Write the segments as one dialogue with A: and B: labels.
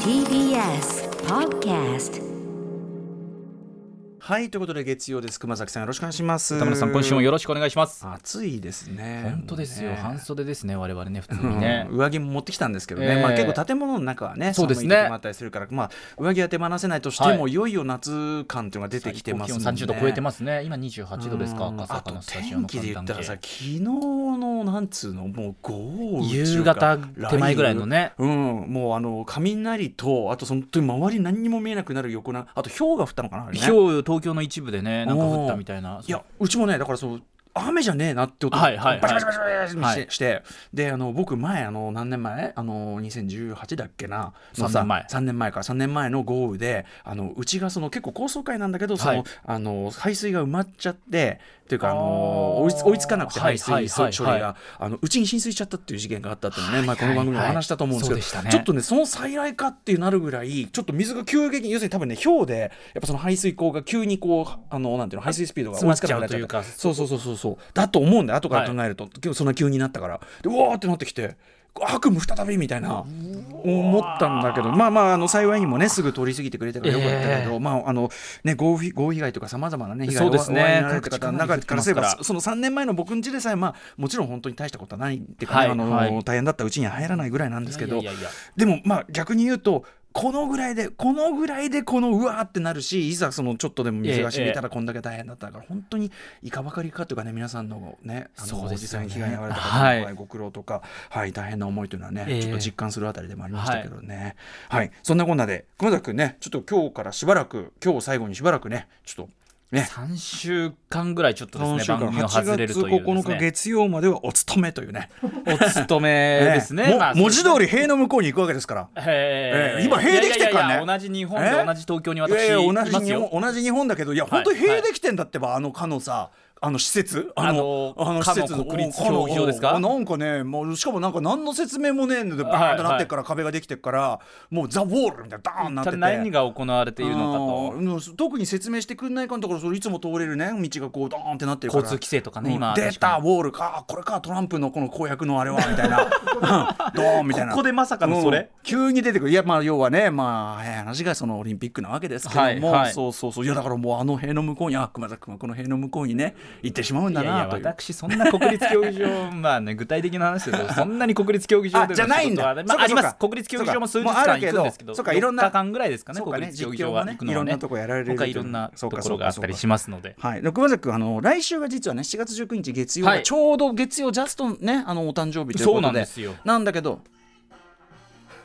A: TBS Podcast
B: はいということで月曜です熊崎さんよろしくお願いします
C: 田村さん、今週もよろしくお願いします。
B: 暑いですね
C: 本当ですよ、
B: もうね
C: 半袖ですね、我々ね、普通にね
B: う。ん上着も持ってきたんですけどね、
C: ええ
B: まあ、結構建物の中はね
C: そうです
B: 寒
C: ね
B: い時もあったりするから、まあ、上着は手放せないとしても、、
C: はいい
B: よいよ夏感というのが出てきてますもんね
C: 最高気温30度超えて
B: ま
C: ますね。今28度ですか、赤
B: あ
C: 坂
B: と
C: のスタジオ
B: 天
C: の
B: 気で言ったらさ
C: 寒
B: 昨日のなんつうのもう豪
C: 暖
B: 雨
C: 気
B: ってい
C: 夕
B: うか
C: 方手前ぐらいのね。
B: うん、もうあの雷とあとその本当に周り何にも見えなくなる横なあと氷が降ったのかなあれね
C: 今日東京の一部でね、なんか降ったみたいな。
B: いやうちもねだからそう雨じゃねえなって音、
C: はいはいはい
B: バチバチバチバチバチして,、
C: はい
B: してであの僕前あの何年前あの2018だっけなの
C: 三
B: さ
C: 年前
B: 三年前か3年前の豪雨であのうちがその結構高層階なんだけどその、
C: はい
B: あの排水が埋まっちゃってというかあの
C: あー
B: 追いつ追いつかなくて
C: は
B: 排
C: い
B: 水、
C: はいはい
B: 処理が、
C: は
B: あのうちに浸水しちゃったっていう事件があったっていうのね、
C: はい
B: 前この番組でお
C: はいはい
B: 話したと思うんですけど、
C: そうでしたね
B: ちょっとねその再来かっていうなるぐらいちょっと水が急激に要するに多分ね氷でやっぱその排水口が急にこうあのなんていうの排水スピードが
C: 詰まっちゃうというか
B: そうそうそうそうそうだと思うんだよ後から考えると、今日そんな急になったからでうわーってなってきて悪夢再びみたいな思ったんだけどまあまああの幸いにもねすぐ通り過ぎてくれたからよかったけど、
C: え
B: まああのね豪雨豪雨被害とかさまざまなね被害
C: そうです
B: お
C: ね
B: 会いになられた方の中
C: 各地
B: からすれ
C: 各
B: ば
C: 地から
B: その3年前の僕ん家でさえまあもちろん本当に大したことはないっていうか、ね
C: はい
B: あの
C: はい
B: 大変だったうちには入らないぐらいなんですけど
C: いやいやいや
B: でもまあ逆に言うとこのぐらいでこのぐらいでこのうわーってなるしいざそのちょっとでも水が染みたらこんだけ大変だったから、本当にいかばかりかというかね皆さんのねあの
C: そうですよね
B: おじさんに被害に遭われた方
C: はい
B: の場合ご苦労とか、はい、大変な思いというのはね、
C: ええ
B: ちょっと実感するあたりでもありましたけどねはい、そんなこんなで熊崎君ねちょっと今日からしばらく今日を最後にしばらくねちょっと。ね、
C: 3週間ぐらいちょっとです
B: 今
C: ね、
B: 週間
C: 番組を
B: 8
C: 外れる
B: 月
C: というで
B: 9
C: す
B: 日
C: ね。
B: 月曜まではお勤めというね
C: お勤めです
B: え
C: ね。
B: え
C: まあ
B: も文字通り塀の向こうに行くわけですから
C: え
B: え
C: え
B: え今塀できてっからね
C: いやいやいや同じ日本で
B: ええ
C: 同じ東京に
B: いや
C: 私
B: いや
C: い
B: 同
C: ま
B: じ
C: す
B: 日
C: よ。
B: 本同じ日本だけどいや本当に
C: は
B: 塀
C: い
B: できてんだってば、あのかのさあの施設あの
C: あのかの国立競技場ですか
B: あなんかねもうしかもなんか何の説明もねえのでバーンとなってっから、壁ができてっからもうザ・ウォールみたいなダーンなってて
C: 何が行われているの
B: あ
C: かと。
B: ーうん特に説明してくんないかんところそれいつも通れるね道がこうドーンってなってるから
C: 交通規制とかね
B: うん
C: 今
B: 出
C: 確か
B: た
C: に
B: ウォールかあこれかトランプのこの公約のあれはみた いなうんドーンみたいな
C: ここでまさかのそれ
B: 急に出てくるいやまあ要はねまあ早い話がそのオリンピックなわけですけども、
C: はいはい
B: そうそうそういやだからもうあの塀の向こうにあ熊崎君はこの塀の向こうにね行ってしまうんだ
C: いやい
B: な
C: や
B: という。
C: 私そんな国立競技 場まあね具体的な話 ですけどそんなに国立競技場
B: あ
C: での
B: じゃないん
C: 仕事
B: だ
C: はねま
B: そっか
C: あ、ありま
B: そっ
C: す
B: か
C: 国立競技場も数日
B: もうあ
C: 間
B: るけ
C: 行
B: ど
C: くんですけど
B: そっかいろんな
C: 4日間ぐらいですかね
B: そうかね
C: 国立競技場
B: 実況
C: は
B: もね
C: 行くのはい
B: ろんなとこやられる
C: 他いろんな
B: そ
C: と
B: うか
C: ころがあったりしますので
B: はい、で熊崎君あの来週が実はね7月19日月曜が、
C: はい
B: ちょうど月曜ジャストねあのお誕生日ということで
C: そうなんですよ
B: なんだけど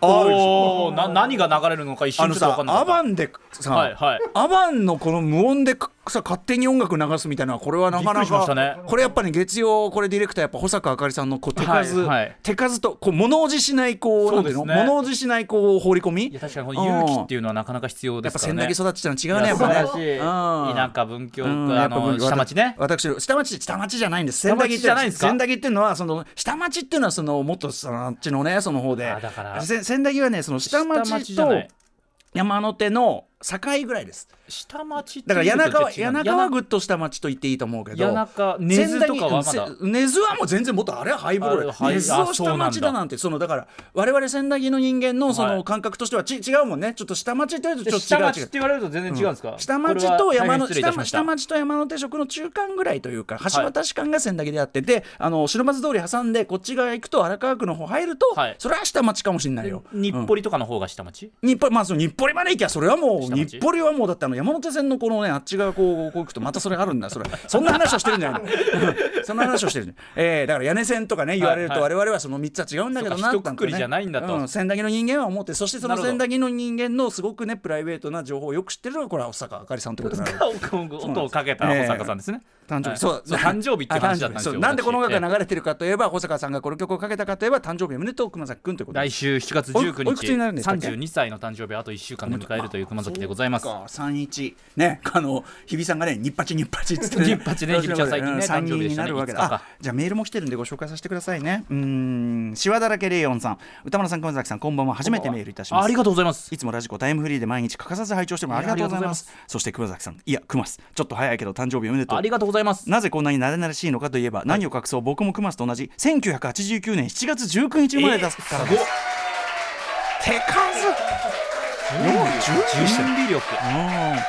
C: おおな何が流れるのか一
B: あ
C: 瞬
B: の
C: ちょっと
B: さ
C: 分かんなか
B: ア
C: った
B: バンでさ、
C: はいはい
B: アバンのこの無音でかさ勝手に音楽流すみたいなのはこれはなか
C: びっく
B: な
C: りしまし
B: か、
C: たね
B: これやっぱり月曜これディレクターやっぱ保坂あかりさんのこう手数、
C: はいはい
B: 手数とこう物おじしないこう
C: そ
B: な
C: うん
B: てい
C: で
B: う
C: す
B: の
C: ね
B: 物おじしないこう放り込み
C: いや確かにこの勇気って
B: いう
C: いうのはなかなか必要
B: んや
C: で
B: っ
C: す
B: ぱ
C: から
B: 仙
C: ね
B: 台育ちってのは違
C: い
B: うねやっぱね
C: や素晴らしい田舎文教区
B: うん
C: あ
B: やっぱ
C: の
B: 僕
C: 下町ね
B: 私下町下町じゃないんです
C: 下町じゃないんですか
B: 仙台っていうのはその下町っていうのはそのもっとそのあっちのねその方で
C: あだから
B: せ仙台はねその下
C: 下町
B: 町
C: じゃ
B: と
C: ない
B: 山手の境ぐらいです
C: 下町って
B: だから
C: いう
B: 谷
C: と
B: 中は
C: ちょっ
B: 谷
C: と違う
B: 中はグッと下町と言っていいと思うけど
C: 谷中根津とかはまだ
B: 仙台うんせ根津はもう全然もっとあれはハイブロー
C: あはい
B: 根津を下町だなんてそのだから我々仙台の人間のそ
C: は
B: の
C: い
B: 感覚としてはち違うもんねちょっと下町って言うとちょっと違
C: 下
B: う違う
C: 町って言われると全然違うんですか、
B: 下町と山の
C: これは大変失礼い
B: 下
C: たしました
B: 下町と山手色の中間ぐらいというか橋渡し間が線だけであって、であの白松通り挟んでこっち側行くと荒川区の方入ると、
C: はい
B: それは下町かもしれないよ。
C: 日暮里とかの方が下町、
B: 日暮里まあその日暮里まで行きゃそれはもう
C: 下町
B: 日暮里はもうだってあの山手線のこのねあっち側こうこう行くとまたそれあるんだ それそんな話をしてるんじゃないの うんそんな話をしてるんじゃないえーだから屋根線とかね言われると
C: は
B: 我々はその3つは違うんだけどな
C: そうか一括りじゃないんだと
B: う千駄木の人間は思ってそしてその
C: なるほど
B: 千駄木の人間のすごくねプライベートな情報をよく知ってるのがこれは小坂あかりさんって ことになる
C: 音をかけた
B: ええ
C: 保坂さんですね。
B: 誕生日、
C: はい
B: そう
C: そう誕生日っていう話だったんですよ
B: あ誕生日そうなんで
C: 私
B: この音楽が流れてるかといえば保坂さんがこの曲をかけたかといえば誕生日おめでとう熊崎君ということで
C: 来週7月
B: おいおいくつになるん
C: 19
B: で
C: 日、
B: したっけ
C: 32歳の誕生日をあと1週間で迎えるという熊崎でございます。
B: そうか31ねあの日比さんがねニッパチニッパチっつってね
C: ニッパチね日比ちゃん最近ね
B: う
C: 誕生日で
B: に
C: した
B: な
C: ね
B: るわけ
C: いつか
B: だ
C: か
B: あじゃあメールも来てるんでご紹介させてくださいねうーんしわだらけレイオンさん歌丸さん熊崎さんこんばんは初めてメールいたします
C: ありがとうございます。
B: いつもラジコタイムフリーで毎日欠かさず拝聴してもありがとうございますそして熊崎さんいや熊すちょっと早いけど誕生日おめでとう
C: ありがとうございます。
B: なぜこんなに慣れ慣れしいのかといえば、何を隠そう僕もクマスと同じ1989年7月19日生まれだからです、手数よう準備
C: 備力
B: うん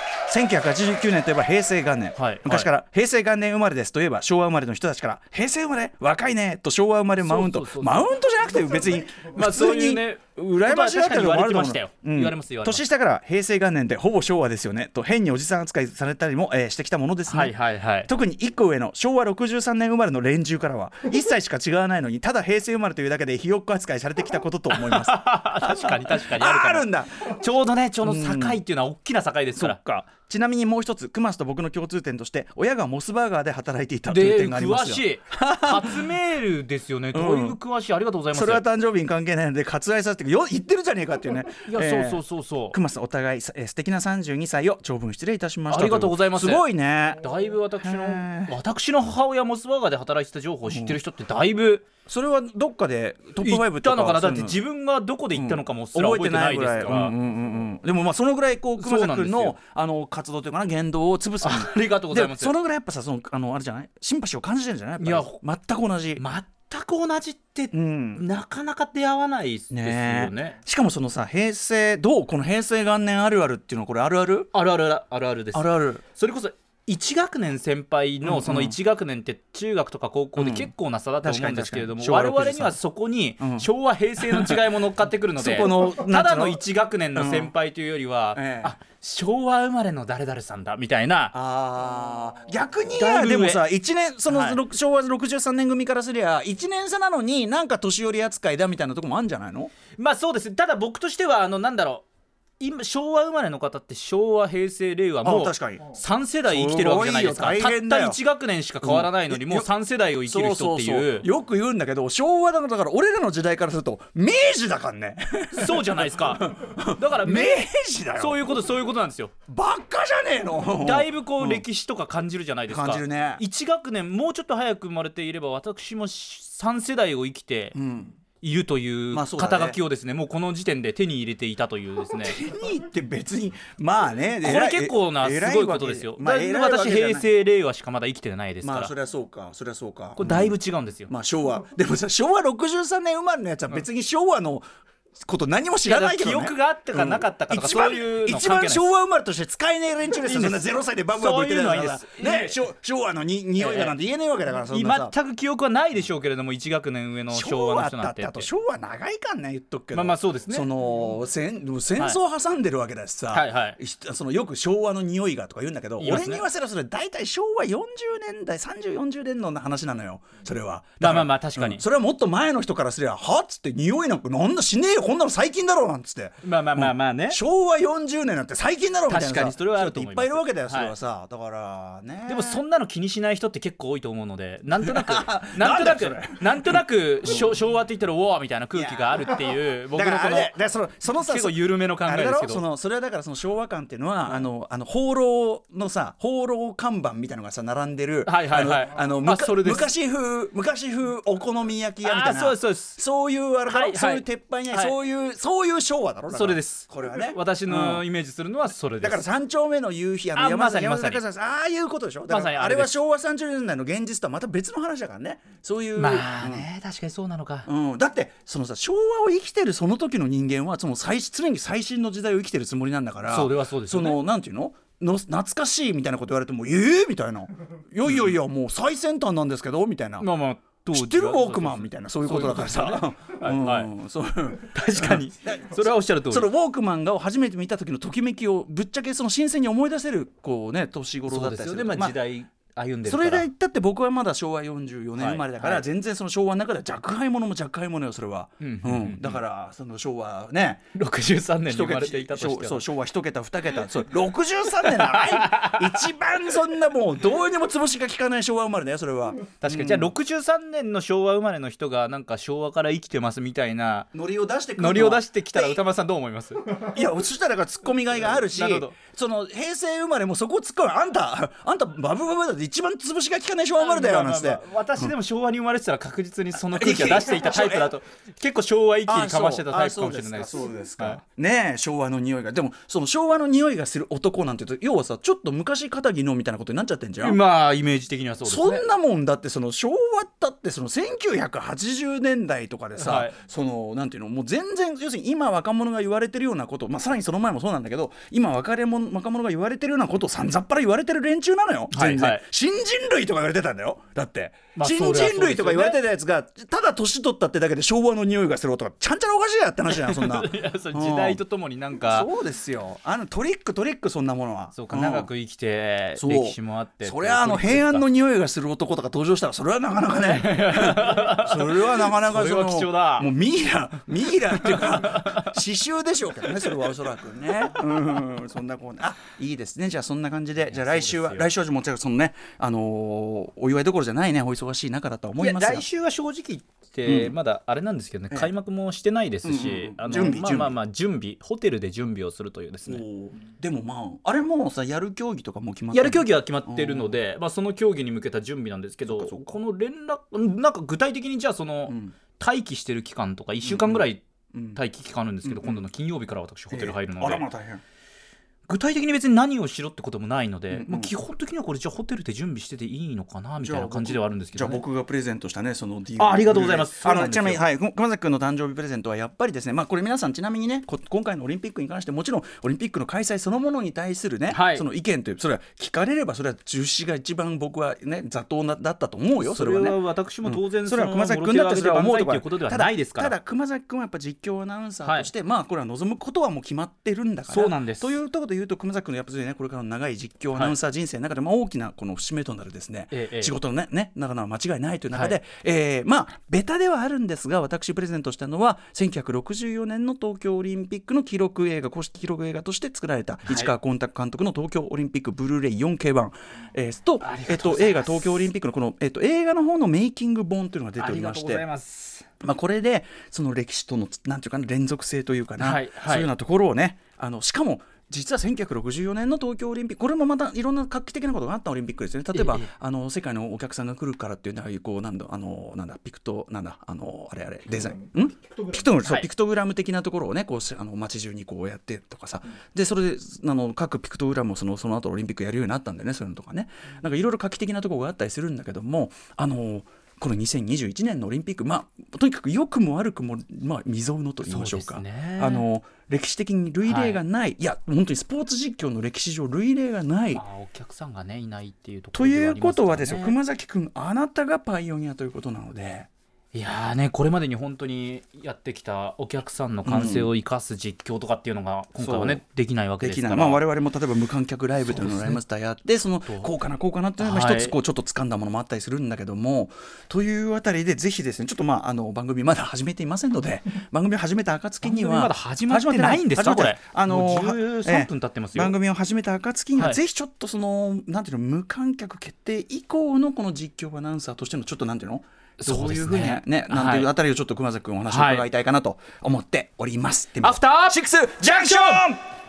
B: 1989年といえば平成元年、
C: はい
B: 昔から、平成元年生まれですといえば昭和生まれの人たちから平成生まれ若いねと昭和生まれマウント
C: そうそうそう
B: マウントじゃなくて別に
C: まあ
B: 普通に
C: そういうね
B: 羨ましいなってのもあると思う
C: 確かに言われてましたよ
B: うん
C: 言われます言われます
B: 年下から平成元年でほぼ昭和ですよねと変におじさん扱いされたりも、えーしてきたものですね、
C: はいはいはい
B: 特に1個上の昭和63年生まれの連中からは1歳しか違わないのにただ平成生まれというだけでひよっこ扱いされてきたことと思い ますあ
C: 確かに確かにある
B: ーあ
C: か
B: る
C: ら
B: んだ
C: ちょうどねちょうど境っていうのは大きな境ですから
B: かちなみにもう一つクマスと僕の共通点として親がモスバーガーで働いていたという
C: で
B: 点がありま
C: 詳
B: すよ
C: しい初メールですよねだいぶ詳しいありがとうございます
B: それは誕生日に関係ないので割愛させてよ言ってるじゃねえかっていうね
C: いや
B: えー
C: そうそうそうそ
B: クマさんお互いさえー素敵な32歳を長文失礼いたしました
C: ありがとうございます
B: すごいね
C: うだいぶ私の
B: へー
C: 私の母親モスバーガーで働いてた情報を知ってる人ってだいぶ
B: それはどっかでトップ
C: 行っ
B: 5と
C: た
B: か
C: のかな
B: そ
C: だ
B: うい
C: っ
B: う
C: て
B: の
C: 自分がどこで行ったのかもうっすら覚えてないですから、
B: うんうんうんうんでもまあそのぐらいこう熊
C: そう
B: 崎
C: なんで
B: 君
C: すよ
B: のあの活動というかな言動を潰す
C: ありがとうござい
B: で
C: ます
B: そのぐらいやっぱさそのあのあれじゃないシンパシーを感じてるんじゃないやっぱり全く同じ、
C: 全く同じって、
B: うん
C: なかなか出会わないですよね
B: ねしかもそのさ平成どうこの平成元年あるあるっていうのはこれあるある
C: あるあるあるあるです
B: あるある
C: それこそ1学年先輩
B: うんう
C: の
B: ん
C: その1学年って中学とか高校で結構な差だと思うんですけれども、
B: うん確か
C: 我
B: に確かに
C: 々にはそこに
B: うん
C: 昭和平成の違いも乗っかってくるので
B: そこの
C: ただの
B: なんて
C: 1学年の先輩というよりは、
B: うんええ
C: あ昭和生まれの誰々さんだみたいな
B: あー逆に
C: だい
B: や
C: ぶ
B: で
C: 上
B: もさ一年その、
C: はい
B: ろく昭和63年組からすりゃ1年差なのになんか年寄り扱いだみたいなとこもあるんじゃないの
C: まあそうですただ僕としてはあのなんだろう今昭和生まれの方って昭和平成令和も
B: あ
C: う
B: 確かに
C: 3世代生きてるわけじゃないですか
B: すごいよ
C: たっ
B: 大変
C: た
B: だよ
C: 1学年しか変わらないのに
B: うん
C: もう3世代を生きる人っていう
B: よく言うんだけど昭和だからだから俺らの時代からすると明治だから ね
C: そうじゃないですかだから
B: 明治だよ
C: そういうことそういうことなんですよ
B: ばっかじゃねえの
C: だいぶこう歴史とか感じるじゃないですか
B: 感じるね
C: 1学年もうちょっと早く生まれていれば私も3世代を生きて
B: うん
C: いるという
B: まあそうだね
C: 肩書きをですねもうこの時点で手に入れていたというです ね
B: 手に入って別にまあね
C: これ結構なすごいことですよ、だいぶ私平成令和しかまだ生きてないですから、
B: まあそれはそうかそれはそうか
C: これだいぶ違うんですよ、
B: まあ昭和でもさ昭和63年生まれのやつは別に昭和のこと何も知らないけど、ね、
C: いやだから記憶があったかなかったかとか
B: 一番
C: そういうのは関
B: 一
C: 係ない
B: 番昭和生まれとして使えねえ連中ですよ
C: いい
B: そん
C: んで
B: な
C: す
B: 0歳でバンバンブいてたら
C: そういうのはいいです
B: ね昭昭和のに匂いだなんて言えねえわけだからそんなさ
C: 全く記憶はないでしょうけれども1学年上の昭和の人
B: だ
C: なん
B: っててあと昭和長いかんね言っとくけど
C: まあまあそうですね
B: その戦戦争挟んでるわけだしさ、
C: はいはい
B: ひそのよく昭和の匂いがとか言うんだけど、
C: 言いますね
B: 俺に言わせればそれ大体昭和40年代3040年の話なのよそれは
C: ま
B: だ
C: あまあ
B: ら
C: まあ確かに
B: うんそれはもっと前の人からすればはっつって匂いなんかなんだしねえよこんなの最近だろうなんつって
C: まあまあまあまあね、
B: 昭和40年なんて最近だろみたいなさ
C: 確かにそれはあると思います
B: 人っていっぱいいるわけだよそれはさ、だからね
C: でもそんなの気にしない人って結構多いと思う のでなんとなくな
B: なん
C: と
B: ん
C: な
B: だよ
C: くなんとなく昭昭和って言ったら「おお!」みたいな空気があるっていう 僕
B: だか
C: の
B: らあれ
C: この
B: だよだからそのそのさ
C: 結構緩めの考
B: あ
C: え
B: れ
C: で
B: だ
C: す
B: ろ
C: け
B: そ
C: ど
B: のそれはだからその昭和感っていうのは、あのあの放浪のさ放浪看板みたいのがさ並んでる、
C: はいはいはい
B: あのあの
C: あ
B: むか
C: それです
B: 昔風昔風お好み焼き屋みた
C: あ
B: い
C: ー
B: な
C: そうですそうです
B: そういうあれだろ、
C: はいはい
B: そういう鉄板屋、
C: はい
B: そういうそういう昭和だろだから
C: それです
B: これはね
C: 私の
B: うん
C: イメージするのはそれで
B: だから
C: す
B: 三丁目の夕日あの
C: あ
B: 山崎
C: ま
B: 山
C: さに
B: 崎さんああいうことでしょだ
C: まさ
B: か
C: に
B: ら
C: あ
B: あ
C: れ
B: れ
C: で
B: は
C: す
B: 昭和30年代の現実とはまた別の話だからねそういう、
C: まあね確かにそうなのか
B: うん、だってそのさ昭和を生きてるその時の人間はその最常に最新の時代を生きてるつもりなんだから
C: それはそうですよね
B: のなんていうのの懐かしいみたいなこと言われても「ええみたいな「いやいやいやもう最先端なんですけど」みたいな
C: まあまあ当時
B: 知
C: は
B: ってるウォークマン」みたいなそういうことだからさ
C: そういうことですねはい
B: うんそう
C: 確かにそれはおっしゃる通り
B: そのウォークマンがを初めて見た時のときめきをぶっちゃけその新鮮に思い出せるこうね年頃
C: そ
B: だ
C: う
B: った
C: です
B: りす
C: よね
B: るま
C: まあ
B: あ
C: 時代歩んでる
B: そ
C: から
B: れで言ったって僕はまだ昭和44年生まれだから、
C: はい
B: 全然その昭和の中では若輩者も若輩者よそれは、
C: うん
B: うんだからその昭和ね
C: 63年に
B: 一
C: 生
B: 桁
C: まれていたとして
B: そう
C: は
B: 昭和一桁二桁そう63年長い一番そんなもうどうにも潰しが効かない昭和生まれだよそれは
C: 確かにじゃあ63年の昭和生まれの人がなんか昭和から生きてますみたいな
B: ノリを出してくるの
C: ノ
B: は
C: リを出してきたら歌丸さんどう思います
B: いやそしたらだからツッコミがいがあるし
C: なるほど
B: その平成生まれもそこを突っ込むあんたあんたバブバブだってって一番潰しが効かない昭和生まれだよなんつって、
C: まあまあまあ私でも昭和に生まれてたら確実にその空気を出していたタイプだと 結構昭和一気にかましてたタイプかもしれない
B: あそうですか
C: はい
B: ねえ昭和の匂いがでもその昭和の匂いがする男なんて言うと要はさちょっと昔肩着のみたいなことになっちゃってんじゃん、
C: まあイメージ的にはそうですね
B: そんなもんだってその昭和だってその1980年代とかでさ、
C: はい
B: そのなんていうのもう全然要するに今若者が言われてるようなこと、まあ、さらにその前もそうなんだけど今若れも若者が言われてるようなことをさんざっぱら言われてる連中なのよ
C: はい
B: 全然、
C: はい
B: 新人類とか言われてたんだよだって、
C: まあ
B: 新
C: そりゃ
B: 人類とか言われてたやつが、ただ年取ったってだけで昭和の匂いがする男ちゃんちゃらおかしいやって話じゃんそんな
C: いやそれ時代とともになんか、
B: そうですよあのトリックトリックそんなものは
C: そうか、
B: ん
C: 長く生きて
B: そう
C: 歴史もあって
B: そりゃあの平安の匂いがする男とか登場したらそれはなかなか ねそれはなかなか
C: それは貴重だ
B: もうミイラミイラっていうか刺繍でしょうけどねそれはおそらくねうんそんなこうあいいですねじゃあそんな感じでじゃあ来週は
C: そうですよ
B: 来週はもちろんそのねあのーお祝いどころじゃないねお忙しい中だとは思い
C: や
B: ますが
C: 来週は正直言って
B: うん
C: まだあれなんですけどね、
B: ええ
C: 開幕もしてないですし、
B: うんうん
C: あの
B: 準備準
C: まあ
B: 備
C: まあまあ準備ホテルで準備をするというです
B: お
C: ね
B: ーでもまああれもうさやる競技とかもう決まって
C: やる競技は決まってるので、まあ、その競技に向けた準備なんですけど
B: そっかそっか
C: この連絡なんか具体的にじゃあその、
B: うん
C: 待機してる期間とか1週間ぐらい
B: うん
C: 待機期間あるんですけど、今度の金曜日から私ホテル入るの
B: えーあ
C: で、
B: らまあ大変
C: 具体的に別に何をしろってこともないので、
B: うんうん
C: まあ、基本的にはこれじゃあホテルで準備してていいのかなみたい
B: じゃ
C: な
B: あ
C: 感じではあるんですけど、ね、
B: じゃあ僕がプレゼントしたねその DVD
C: あありがとうございます
B: あ
C: そうな
B: の
C: んで
B: ち
C: す
B: な
C: よ
B: みに、はい、熊崎君の誕生日プレゼントはやっぱりですねまあこれ皆さんちなみにねこ今回のオリンピックに関してもちろんオリンピックの開催そのものに対するね、
C: はい
B: その意見というそれは聞かれればそれは中止が一番僕はね妥当なだったと思うよそ
C: そ
B: れ
C: れ
B: はね
C: は。私も当然
B: それは熊崎君だってそれは思うところただただ熊崎君はやっぱ実況アナウンサーとして、まあこれは望むことはもう決まってるんだから
C: そうなんです
B: というところで言うと熊崎君のやっぱりねこれからの長い実況アナウンサー人生の中で、まあ大きなこの節目となるですね、
C: ええええ
B: 仕事のねね中なのは間違いないという中で、
C: はい
B: えーまあベタではあるんですが私プレゼントしたのは1964年の東京オリンピックの記録映画公式記録映画として作られた
C: い
B: 市川コンタク監督の東京オリンピックブルーレイ 4K 版、えーと
C: あり
B: えっ
C: がと
B: と
C: うござ
B: 映
C: います
B: 画東京オリンピックのこの、えっと映画の方のメイキング本というのが出
C: あ
B: ており
C: り
B: ま
C: がと
B: し
C: うござい
B: て
C: ます
B: まあ、これでその歴史とのつなんていうかな連続性というかな、
C: はいはい
B: そういうようなところをねあのしかも実は1964年の東京オリンピックこれもまたいろんな画期的なことがあったオリンピックですね例えば、
C: ええ
B: あの世界のお客さんが来るからっていうのはこうなんだあのなんだピクトなんだあのあれあれデザインんピクトグラムそう
C: はい
B: ピクトグラム的なところをねこうしあの街中にこうやってとかさ、でそれであの各ピクトグラムをそのその後オリンピックやるようになったんだよねそういうのとかねなんかいろいろ画期的なところがあったりするんだけどもあのこの2021年のオリンピック、まあ、とにかく良くも悪くも、まあ、未曾有のと言いましょうか
C: そうですね
B: あの歴史的に類例がない、い、や本当にスポーツ実況の歴史上類例がない
C: まあお客さんがねいないっていうとことろで
B: い
C: はあ
B: う
C: り
B: こ
C: ます
B: と
C: から
B: は
C: ね
B: ですよ熊崎君あなたがパイオニアということなので。
C: いやーねこれまでに本当にやってきたお客さんの歓声を生かす実況とかっていうのが今回は
B: そう
C: ねできないわ
B: で
C: けです
B: き
C: か
B: ない、
C: ら
B: まあ、我々も例えば無観客ライブというのをライブマスターやってその
C: そう
B: こうかなこうかなっていうのが
C: は
B: 一
C: い
B: つこうちょっと掴んだものもあったりするんだけども、というあたりでぜひですねちょっとまああの番組まだ始めていませんの で番組を始めた暁には
C: 番組まだ始まってないんです
B: 始
C: か
B: まってない
C: これ
B: あの
C: もう
B: は
C: 13分経ってますよ
B: ええ番組を始めた暁には、
C: はい
B: ぜひちょっとそのなんていうの無観客決定以降のこの実況アナウンサーとしてのちょっとなんていうの
C: そ
B: ど
C: う
B: う
C: で
B: いう
C: すね
B: ふうにねなんていうあたりをちょっと熊崎君お話を伺いたいかなと思っております。でも
C: アフターシックスジャンクショ ン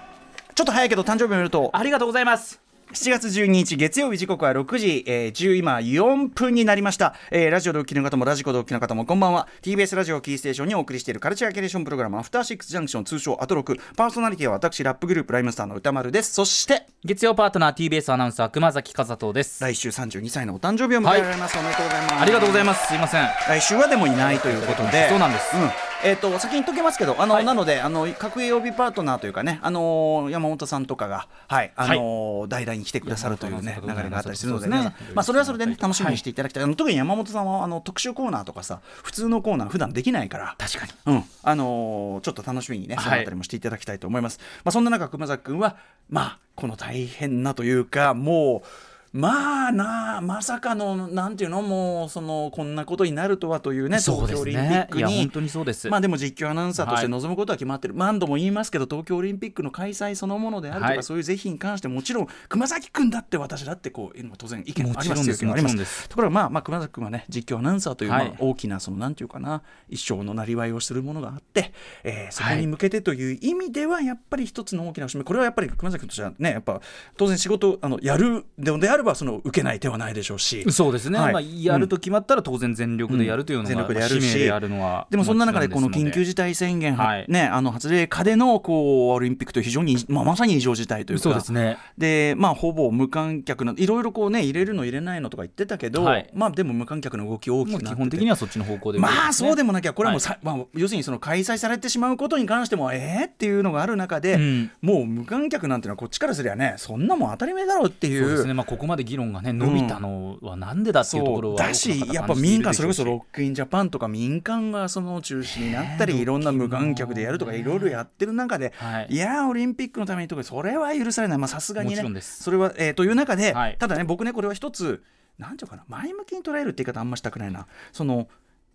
B: ちょっと早いけど誕生日を見ると
C: ありがとうございます
B: 7月12日月曜日時刻は6時、えー、10今4分になりました、えーラジオでお聞きの方もラジコでお聞きの方もこんばんは TBS ラジオをキーステーションにお送りしているカルチャーキュレーションプログラムアフターシックスジャンクション通称アトロクパーソナリティは私ラップグループライムスターの歌丸ですそして
C: 月曜パートナー TBS アナウンサー熊崎和人です
B: 来週32歳のお誕生日を迎えられます、おめでとうございます
C: ありがとうござい
B: ます
C: ますすいませ
B: 来
C: ん
B: 週はでもいないということで
C: そうなんです
B: うんえっと先に言っときますけどあの、
C: はい
B: なのであの各曜日パートナーというかね、あのー山本さんとかが、はいあのー代々に来てくださるという、ね、流
C: 山本さん
B: れがあったりするので,、
C: そうです
B: ね
C: ね
B: まあ、それはそれで、ね
C: は、い
B: 楽しみにしていただきたい、あの特に山本さんはあの特集コーナーとかさ普通のコーナー普段できないから。
C: 確かに
B: うんあのーちょっと楽しみにね、
C: はい
B: そのあたりもしていただきたいと思います。まあ、そんな中、熊崎君は、まあ、この大変なというか、もう、まあなあ、まさかの、なんていうの、もう、その、こんなことになるとはというね、
C: そう
B: 東
C: で
B: 京オ
C: す
B: リンピ
C: ね
B: ッ
C: い
B: ク
C: や
B: に
C: 本。当にそうです
B: まあでも実況アナウンサーとして
C: はい
B: 望むことは決まってる、何度も言いますけど東京オリンピックの開催そのものであるとか、
C: はい
B: そういう是非に関してもちろん熊崎君だって私だってこういうのも当然意見
C: も
B: あり
C: ち
B: ま
C: ろん
B: す
C: です
B: よありま
C: もちろんです
B: ところがまあまあ熊崎君はね実況アナウンサーというま
C: はい
B: あ大きなそのなんていうかな一生のなりわいをするものがあって、えーそこに向けてという意味ではやっぱり一つの大きな節目これはやっぱり熊崎君としてはねやっぱ当然仕事あのやるのであるればその受けない手はないでしょうし。
C: そうですね、
B: はい
C: まあ、やると決まったら当然全力でやるというのが、
B: うん全力でやるし
C: まあ使命であるのは
B: でもそんな中でこの
C: もちろん
B: 緊
C: す
B: 急事態宣言、
C: はい
B: ね、あの発令下でのこうオリンピックという非常に、まあ、まさに異常事態というか
C: そうですね
B: でまあ、ほぼ無観客のいろいろこう、ね、入れるの入れないのとか言ってたけど、
C: はい
B: まあ、でも無観客の動き大き
C: もう
B: くなっ
C: 基
B: てて
C: 本的にはそっちの方向で、
B: まあそうで
C: も、
B: もなきゃこれはもうさ、まあ、要するにその開催されてしまうことに関してもえー、っていうのがある中で、
C: うん
B: もう無観客なんてのはこっちからすりゃねそんなもん当たり前だろうってい
C: そうで
B: う
C: すね、まあ、ここまで議論がね伸びたのはなんでだっていうところ
B: そう
C: は
B: だしやっぱ民間それこそロックインジャパンとか民間がその中止になったり、
C: ねえ
B: いろんな無観
C: ロックイン
B: 客
C: も
B: でやるとかいろいろやってる中で、
C: はい
B: い、やーオリンピックのためにとかそれは許されないまあさすがに
C: も
B: ね
C: ちろんです
B: それは、えーという中で、
C: はい
B: ただね僕ねこれは一つなんていうかな前向きに捉えるって言い方あんましたくないなその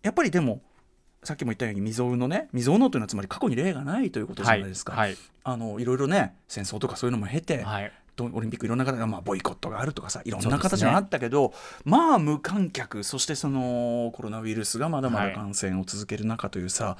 B: やっぱりでもさっきも言ったように未曾有のね未曾有のというのはつまり過去に例がないということじゃないですか、
C: はい
B: あのいろいろね戦争とかそういうのも経て、
C: はいはい
B: どオリンピックいろんな形が、まあ、ボイコットがあるとかさいろん
C: そう
B: な
C: ですね
B: 形があったけど、まあ無観客そしてそのコロナウイルスがまだまだ感染を続ける中というさ、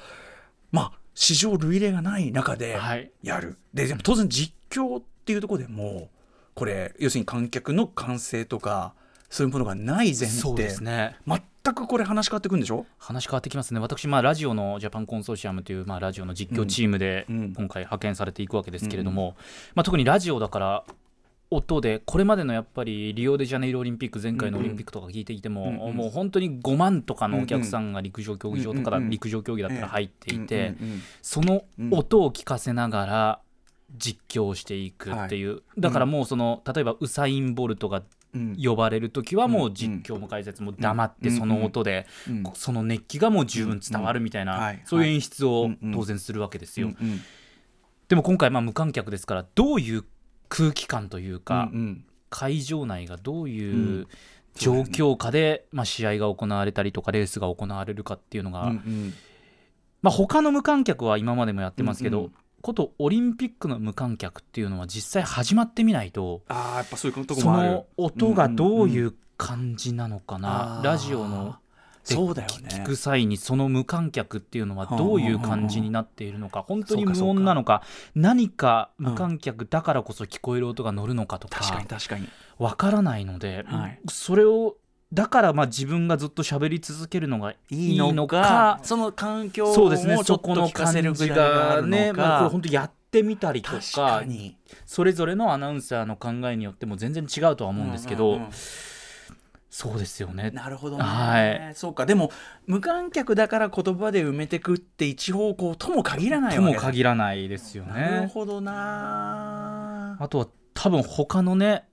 B: まあ史上類例がない中で
C: はい
B: やる、ででも当然実況っていうところでもこれ要するに観客の歓声とかそういうものがない前
C: そう
B: 提
C: ですね
B: 全くこれ話変わってくんでしょ
C: 話変わってきますね私、まあ、ラジオのジャパンコンソーシアムという、まあ、ラジオの実況チームで
B: うんうん
C: 今回派遣されていくわけですけれども、まあ、特にラジオだから音でこれまでのやっぱりリオデジャネイロオリンピック前回のオリンピックとか聞いていても、
B: うんうん
C: もう本当に5万とかのお客さんが陸上競技場とかだ、
B: うんうん
C: 陸上競技だったら入っていて、
B: うんうんうん
C: その音を聞かせながら実況をしていくっていう、だからもうその例えばウサイン・ボルトが
B: うん
C: 呼ばれる時はもう実況も解説も黙ってその音で
B: うん
C: その熱気がもう十分伝わるみたい
B: うんは
C: ないそういう演出を当然するわけですよでも今回まあ無観客ですからどういう空気感というか
B: うんうん
C: 会場内がどう
B: う
C: いうん状況下でまあ試合が行われたりとかレースが行われるかっていうの
B: うんう
C: が
B: ん
C: まあ他の無観客は今までもやってますけ
B: うんう
C: ど
B: ん
C: ことオリンピックの無観客っていうのは実際始まってみないと
B: ああやっぱそういうとこ
C: そ
B: もある
C: の音がどうい
B: んんん
C: う感じなのか
B: うん
C: な
B: あー
C: ラジオので
B: そうだよね
C: 聞く際にその無観客っていうのはどういう感じになっているのか本当に無音なのか何か無観客だからこそ聞こえる音が乗るのかと
B: 確か
C: か
B: に確かに
C: わからないので
B: はい
C: それをだからまあ自分がずっと喋り続けるのがいいのか
B: その環境
C: そうですね
B: をちょ
C: そ
B: っと
C: この
B: 聞か
C: 感
B: せる
C: じ
B: ぐらいがあ
C: が
B: るの
C: ねまあこれ
B: か
C: 本当やってみたりと
B: 確
C: か
B: かに
C: それぞれのアナウンサーの考えによっても全然違うとは思うんですけ
B: うん
C: ど
B: うん
C: そうですよね。
B: なるほどね、
C: は
B: そうかでも無観客だから言葉で埋めてくって一方向とも限らない
C: と
B: わ
C: も
B: けだ
C: 限らないですよ
B: なる
C: ね。
B: ほどな
C: あとは多分他のね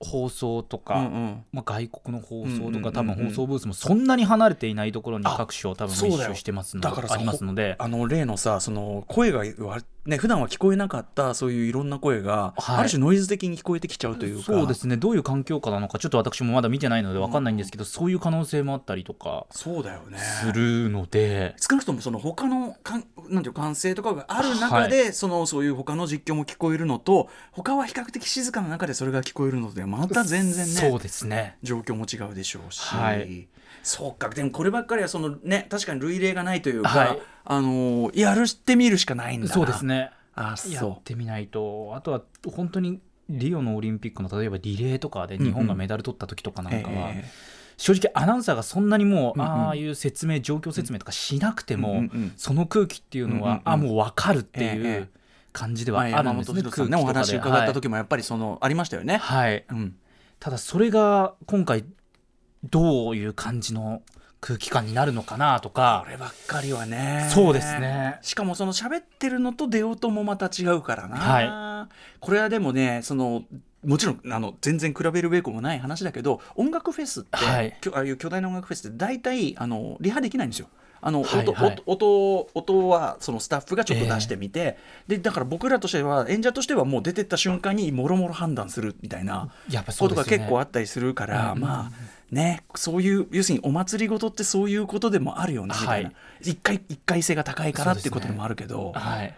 C: 放送とか、
B: うんうん
C: まあ、外国の
B: う
C: 放送
B: ん
C: と
B: うんうんう
C: か
B: ん
C: 多分放送ブースもそんなに離れていないところに
B: あ
C: 各所多分
B: そうだ
C: 密
B: よ
C: 集してますの
B: だからさ
C: ありますので
B: あの例のさその声がわね普段は聞こえなかったそういういろんな声が、
C: はい
B: ある種ノイズ的に聞こえてきちゃうというか
C: そうですねどういう環境下なのかちょっと私もまだ見てないので分かんないんですけど、そういう可能性もあったりとか
B: そうだよね
C: するので、
B: 少なくともその他のかんなんていうか歓声とかがある中で、そのそういう他の実況も聞こえるのと他は比較的静かな中でそれが聞こえるのでまた全然
C: そ
B: ね
C: うですね
B: 状況も違うでしょうし、
C: はい
B: そうかでもこればっかりはそのね確かに類例がないというか、
C: はい
B: あのーやるしてみるしかないんだな
C: そうですね
B: あ
C: やっ
B: そ
C: てみないとあとは本当にリオのオリンピックの例えばリレーとかで日本がメダル取った時とか
B: う
C: なんかは、
B: え
C: 正直アナウンサーがそんなにもう、
B: うんうん
C: ああいう説明状況説明とかしなくて
B: え
C: も、
B: うんうん
C: その空気っていうのは、
B: うんうんうん
C: あもう分かるってい
B: え
C: う
B: え
C: 感じで
B: うん
C: は
B: まあ
C: ある
B: 山
C: んです
B: 本博さ
C: ね、空
B: ん
C: 気
B: ねお
C: とか
B: 話
C: で。
B: 伺った時もやっぱりその、ありましたよね。
C: はいはい、
B: うん
C: ただそれが今回どういう感じの空気感になるのかなと
B: こ
C: か
B: ればっかりはね
C: そうですね
B: しかもその喋ってるのと出音もまた違うからな、これはでもねそのもちろんあの全然比べるべきもない話だけど音楽フェスって、
C: はい
B: きょああいう巨大な音楽フェスって大体あのリハできないんですよ。あの
C: はい
B: 音
C: はい
B: 音音音はそのスタッフがちょっと出してみて、でだから僕らとしては演者としてはもう出てった瞬間にもろもろ判断するみたいな
C: やっぱそ
B: こ
C: う
B: と
C: です
B: が
C: よね
B: 結構あったりするから、
C: うん
B: まあねそういう要するにお祭りごとってそういうことでもあるよねみたいな、
C: は
B: 一回一回性が高いからっていうことでもあるけど、
C: はい、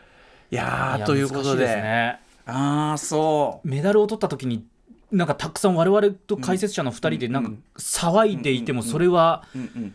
B: いやー
C: や
B: ということで
C: 難しすね
B: ああそう
C: メダルを取った時になんかたくさん我々と解説者の2人でなんか
B: うん
C: 騒いでいても
B: うん
C: それは
B: うんうん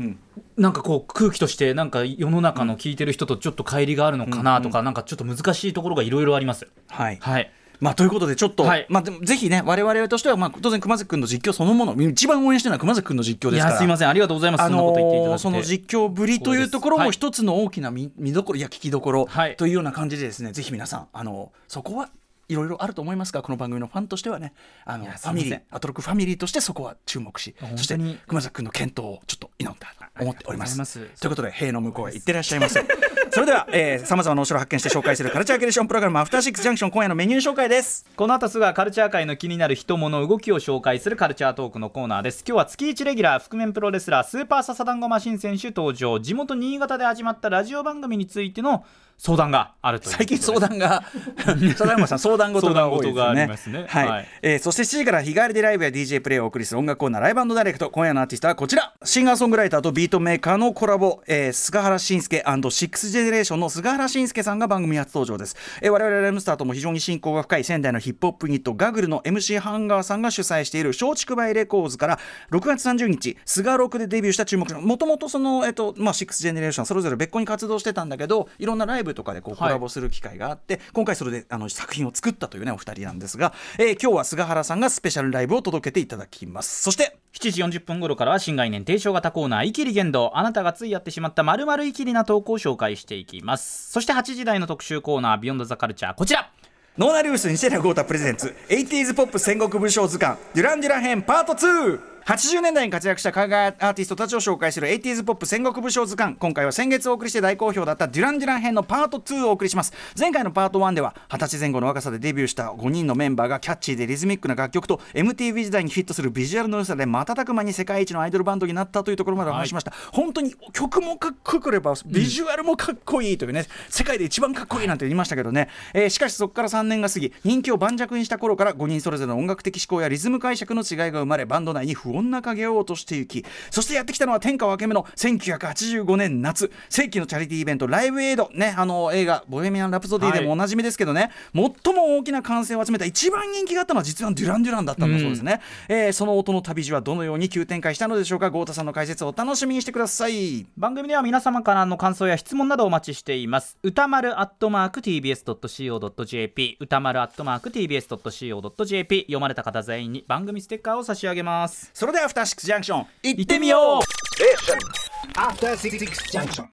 B: うん
C: なんかこう空気としてなんか世の中の聞いてる人とちょっと乖離があるのかなとかなんかちょっと難しいところがいろいろあります。
B: はい
C: はい
B: まあ、ということで、ちょっと、
C: はい
B: まあ、でもぜひね、我々としては、まあ、当然、熊崎君の実況そのもの、一番応援してるのは熊崎君の実況
C: い
B: ですか
C: や
B: ら。
C: すいませんありがとうございます、
B: あの
C: そんなこと言っていただい
B: ー
C: て
B: その実況ぶりというところ
C: そう
B: も
C: です
B: 一つの大きな見見どころいや聞きどころ
C: はい
B: というような感じでですね、ぜひ皆さんあのそこはいろいろあると思いますがこの番組のファンとしてはねあの
C: いや
B: フ
C: すい
B: ァ
C: ません
B: ミリーアトロックファミリーとしてそこは注目し
C: 本当に
B: そして熊崎君の健闘をちょっと祈ったと思っております。
C: ありがとうございます
B: ということで塀の向こうへ行ってらっしゃいませ。 それではさまざまなお城を発見して紹介するカルチャーキュレーションプログラム「アフターシックスジャンクション」今夜のメニュー紹介です。
C: この後すぐはカルチャー界の気になる人物動きを紹介するカルチャートークのコーナーです今日は月1レギュラー覆面プロレスラースーパーササダンゴマシン選手登場地元新潟で始まったラジオ番組についての相談があるという
B: 最近相談が 佐山さん相談事が多いです
C: 相談事が
B: よ
C: あ
B: ね
C: りますね
B: はい
C: はい
B: えーそして7時から日帰りでライブや DJ プレイをお送りする音楽コーナーライブダイレクト今夜のアーティストはこちらシンガーソングライターとビートメーカーのコラボ、えー、菅原慎介 &6 ジェネレーションの菅原慎介さんが番組初登場です、えー我々ライムスターとも非常に親交が深い仙台のヒップホップユニットガグルの MC ハンガーさんが主催している松竹梅レコーズから6月30日菅ロクでデビューした注目もともとその、えっとまあ、6ジェネレーションそれぞれ別個に活動してたんだけどいろんなライブとかでこうコ
C: はい
B: ラボする機会があって、今回それであの作品を作ったというねお二人なんですが、えー今日は菅原さんがスペシャルライブを届けていただきますそして
C: 7時40分頃からは新概念提唱型コーナー「イキリ言動」あなたがついやってしまった〇〇イキリな投稿を紹介していきますそして8時台の特集コーナー「ビヨンドザカルチャーこちら
B: ノーナリウス西寺豪太プレゼンツ 80s ポップ戦国武将図鑑デュランデュラン編パート280年代に活躍した海外アーティストたちを紹介する 80s ポップ戦国武将図鑑今回は先月お送りして大好評だったデュラン・デュラン編のパート2をお送りします前回のパート1では二十歳前後の若さでデビューした5人のメンバーがキャッチーでリズミックな楽曲と MTV 時代にフィットするビジュアルの良さで瞬く間に世界一のアイドルバンドになったというところまでお話ししました、本当に曲もかっこよければビジュアルもかっこいいというね、世界で一番かっこいいなんて言いましたけどね、えーしかしそこから3年が過ぎ人気を盤石にした頃から5人それぞれの音楽的思考やリズム解釈の違いが生まれバンド内に不穏な影を落としていきそしてやってきたのは天下分け目の1985年夏世紀のチャリティーイベントライブエイドねあの映画「ボヘミアン・ラプソディ」でもおなじみですけどね、最も大きな歓声を集めた一番人気があったのは実はデュラン・デュランだったんだそうですね、えーその音の旅路はどのように急展開したのでしょうか豪太さんの解説をお楽しみにしてください
C: 番組では皆様からの感想や質問などお待ちしています歌丸アットマーク TBS.CO.JP 歌丸アットマーク TBS.CO.JP 読まれた方全員に番組ステッカーを差し上げます
B: それではアフターシックスジャンクション行
C: 行ってみよう
A: After Six Junction.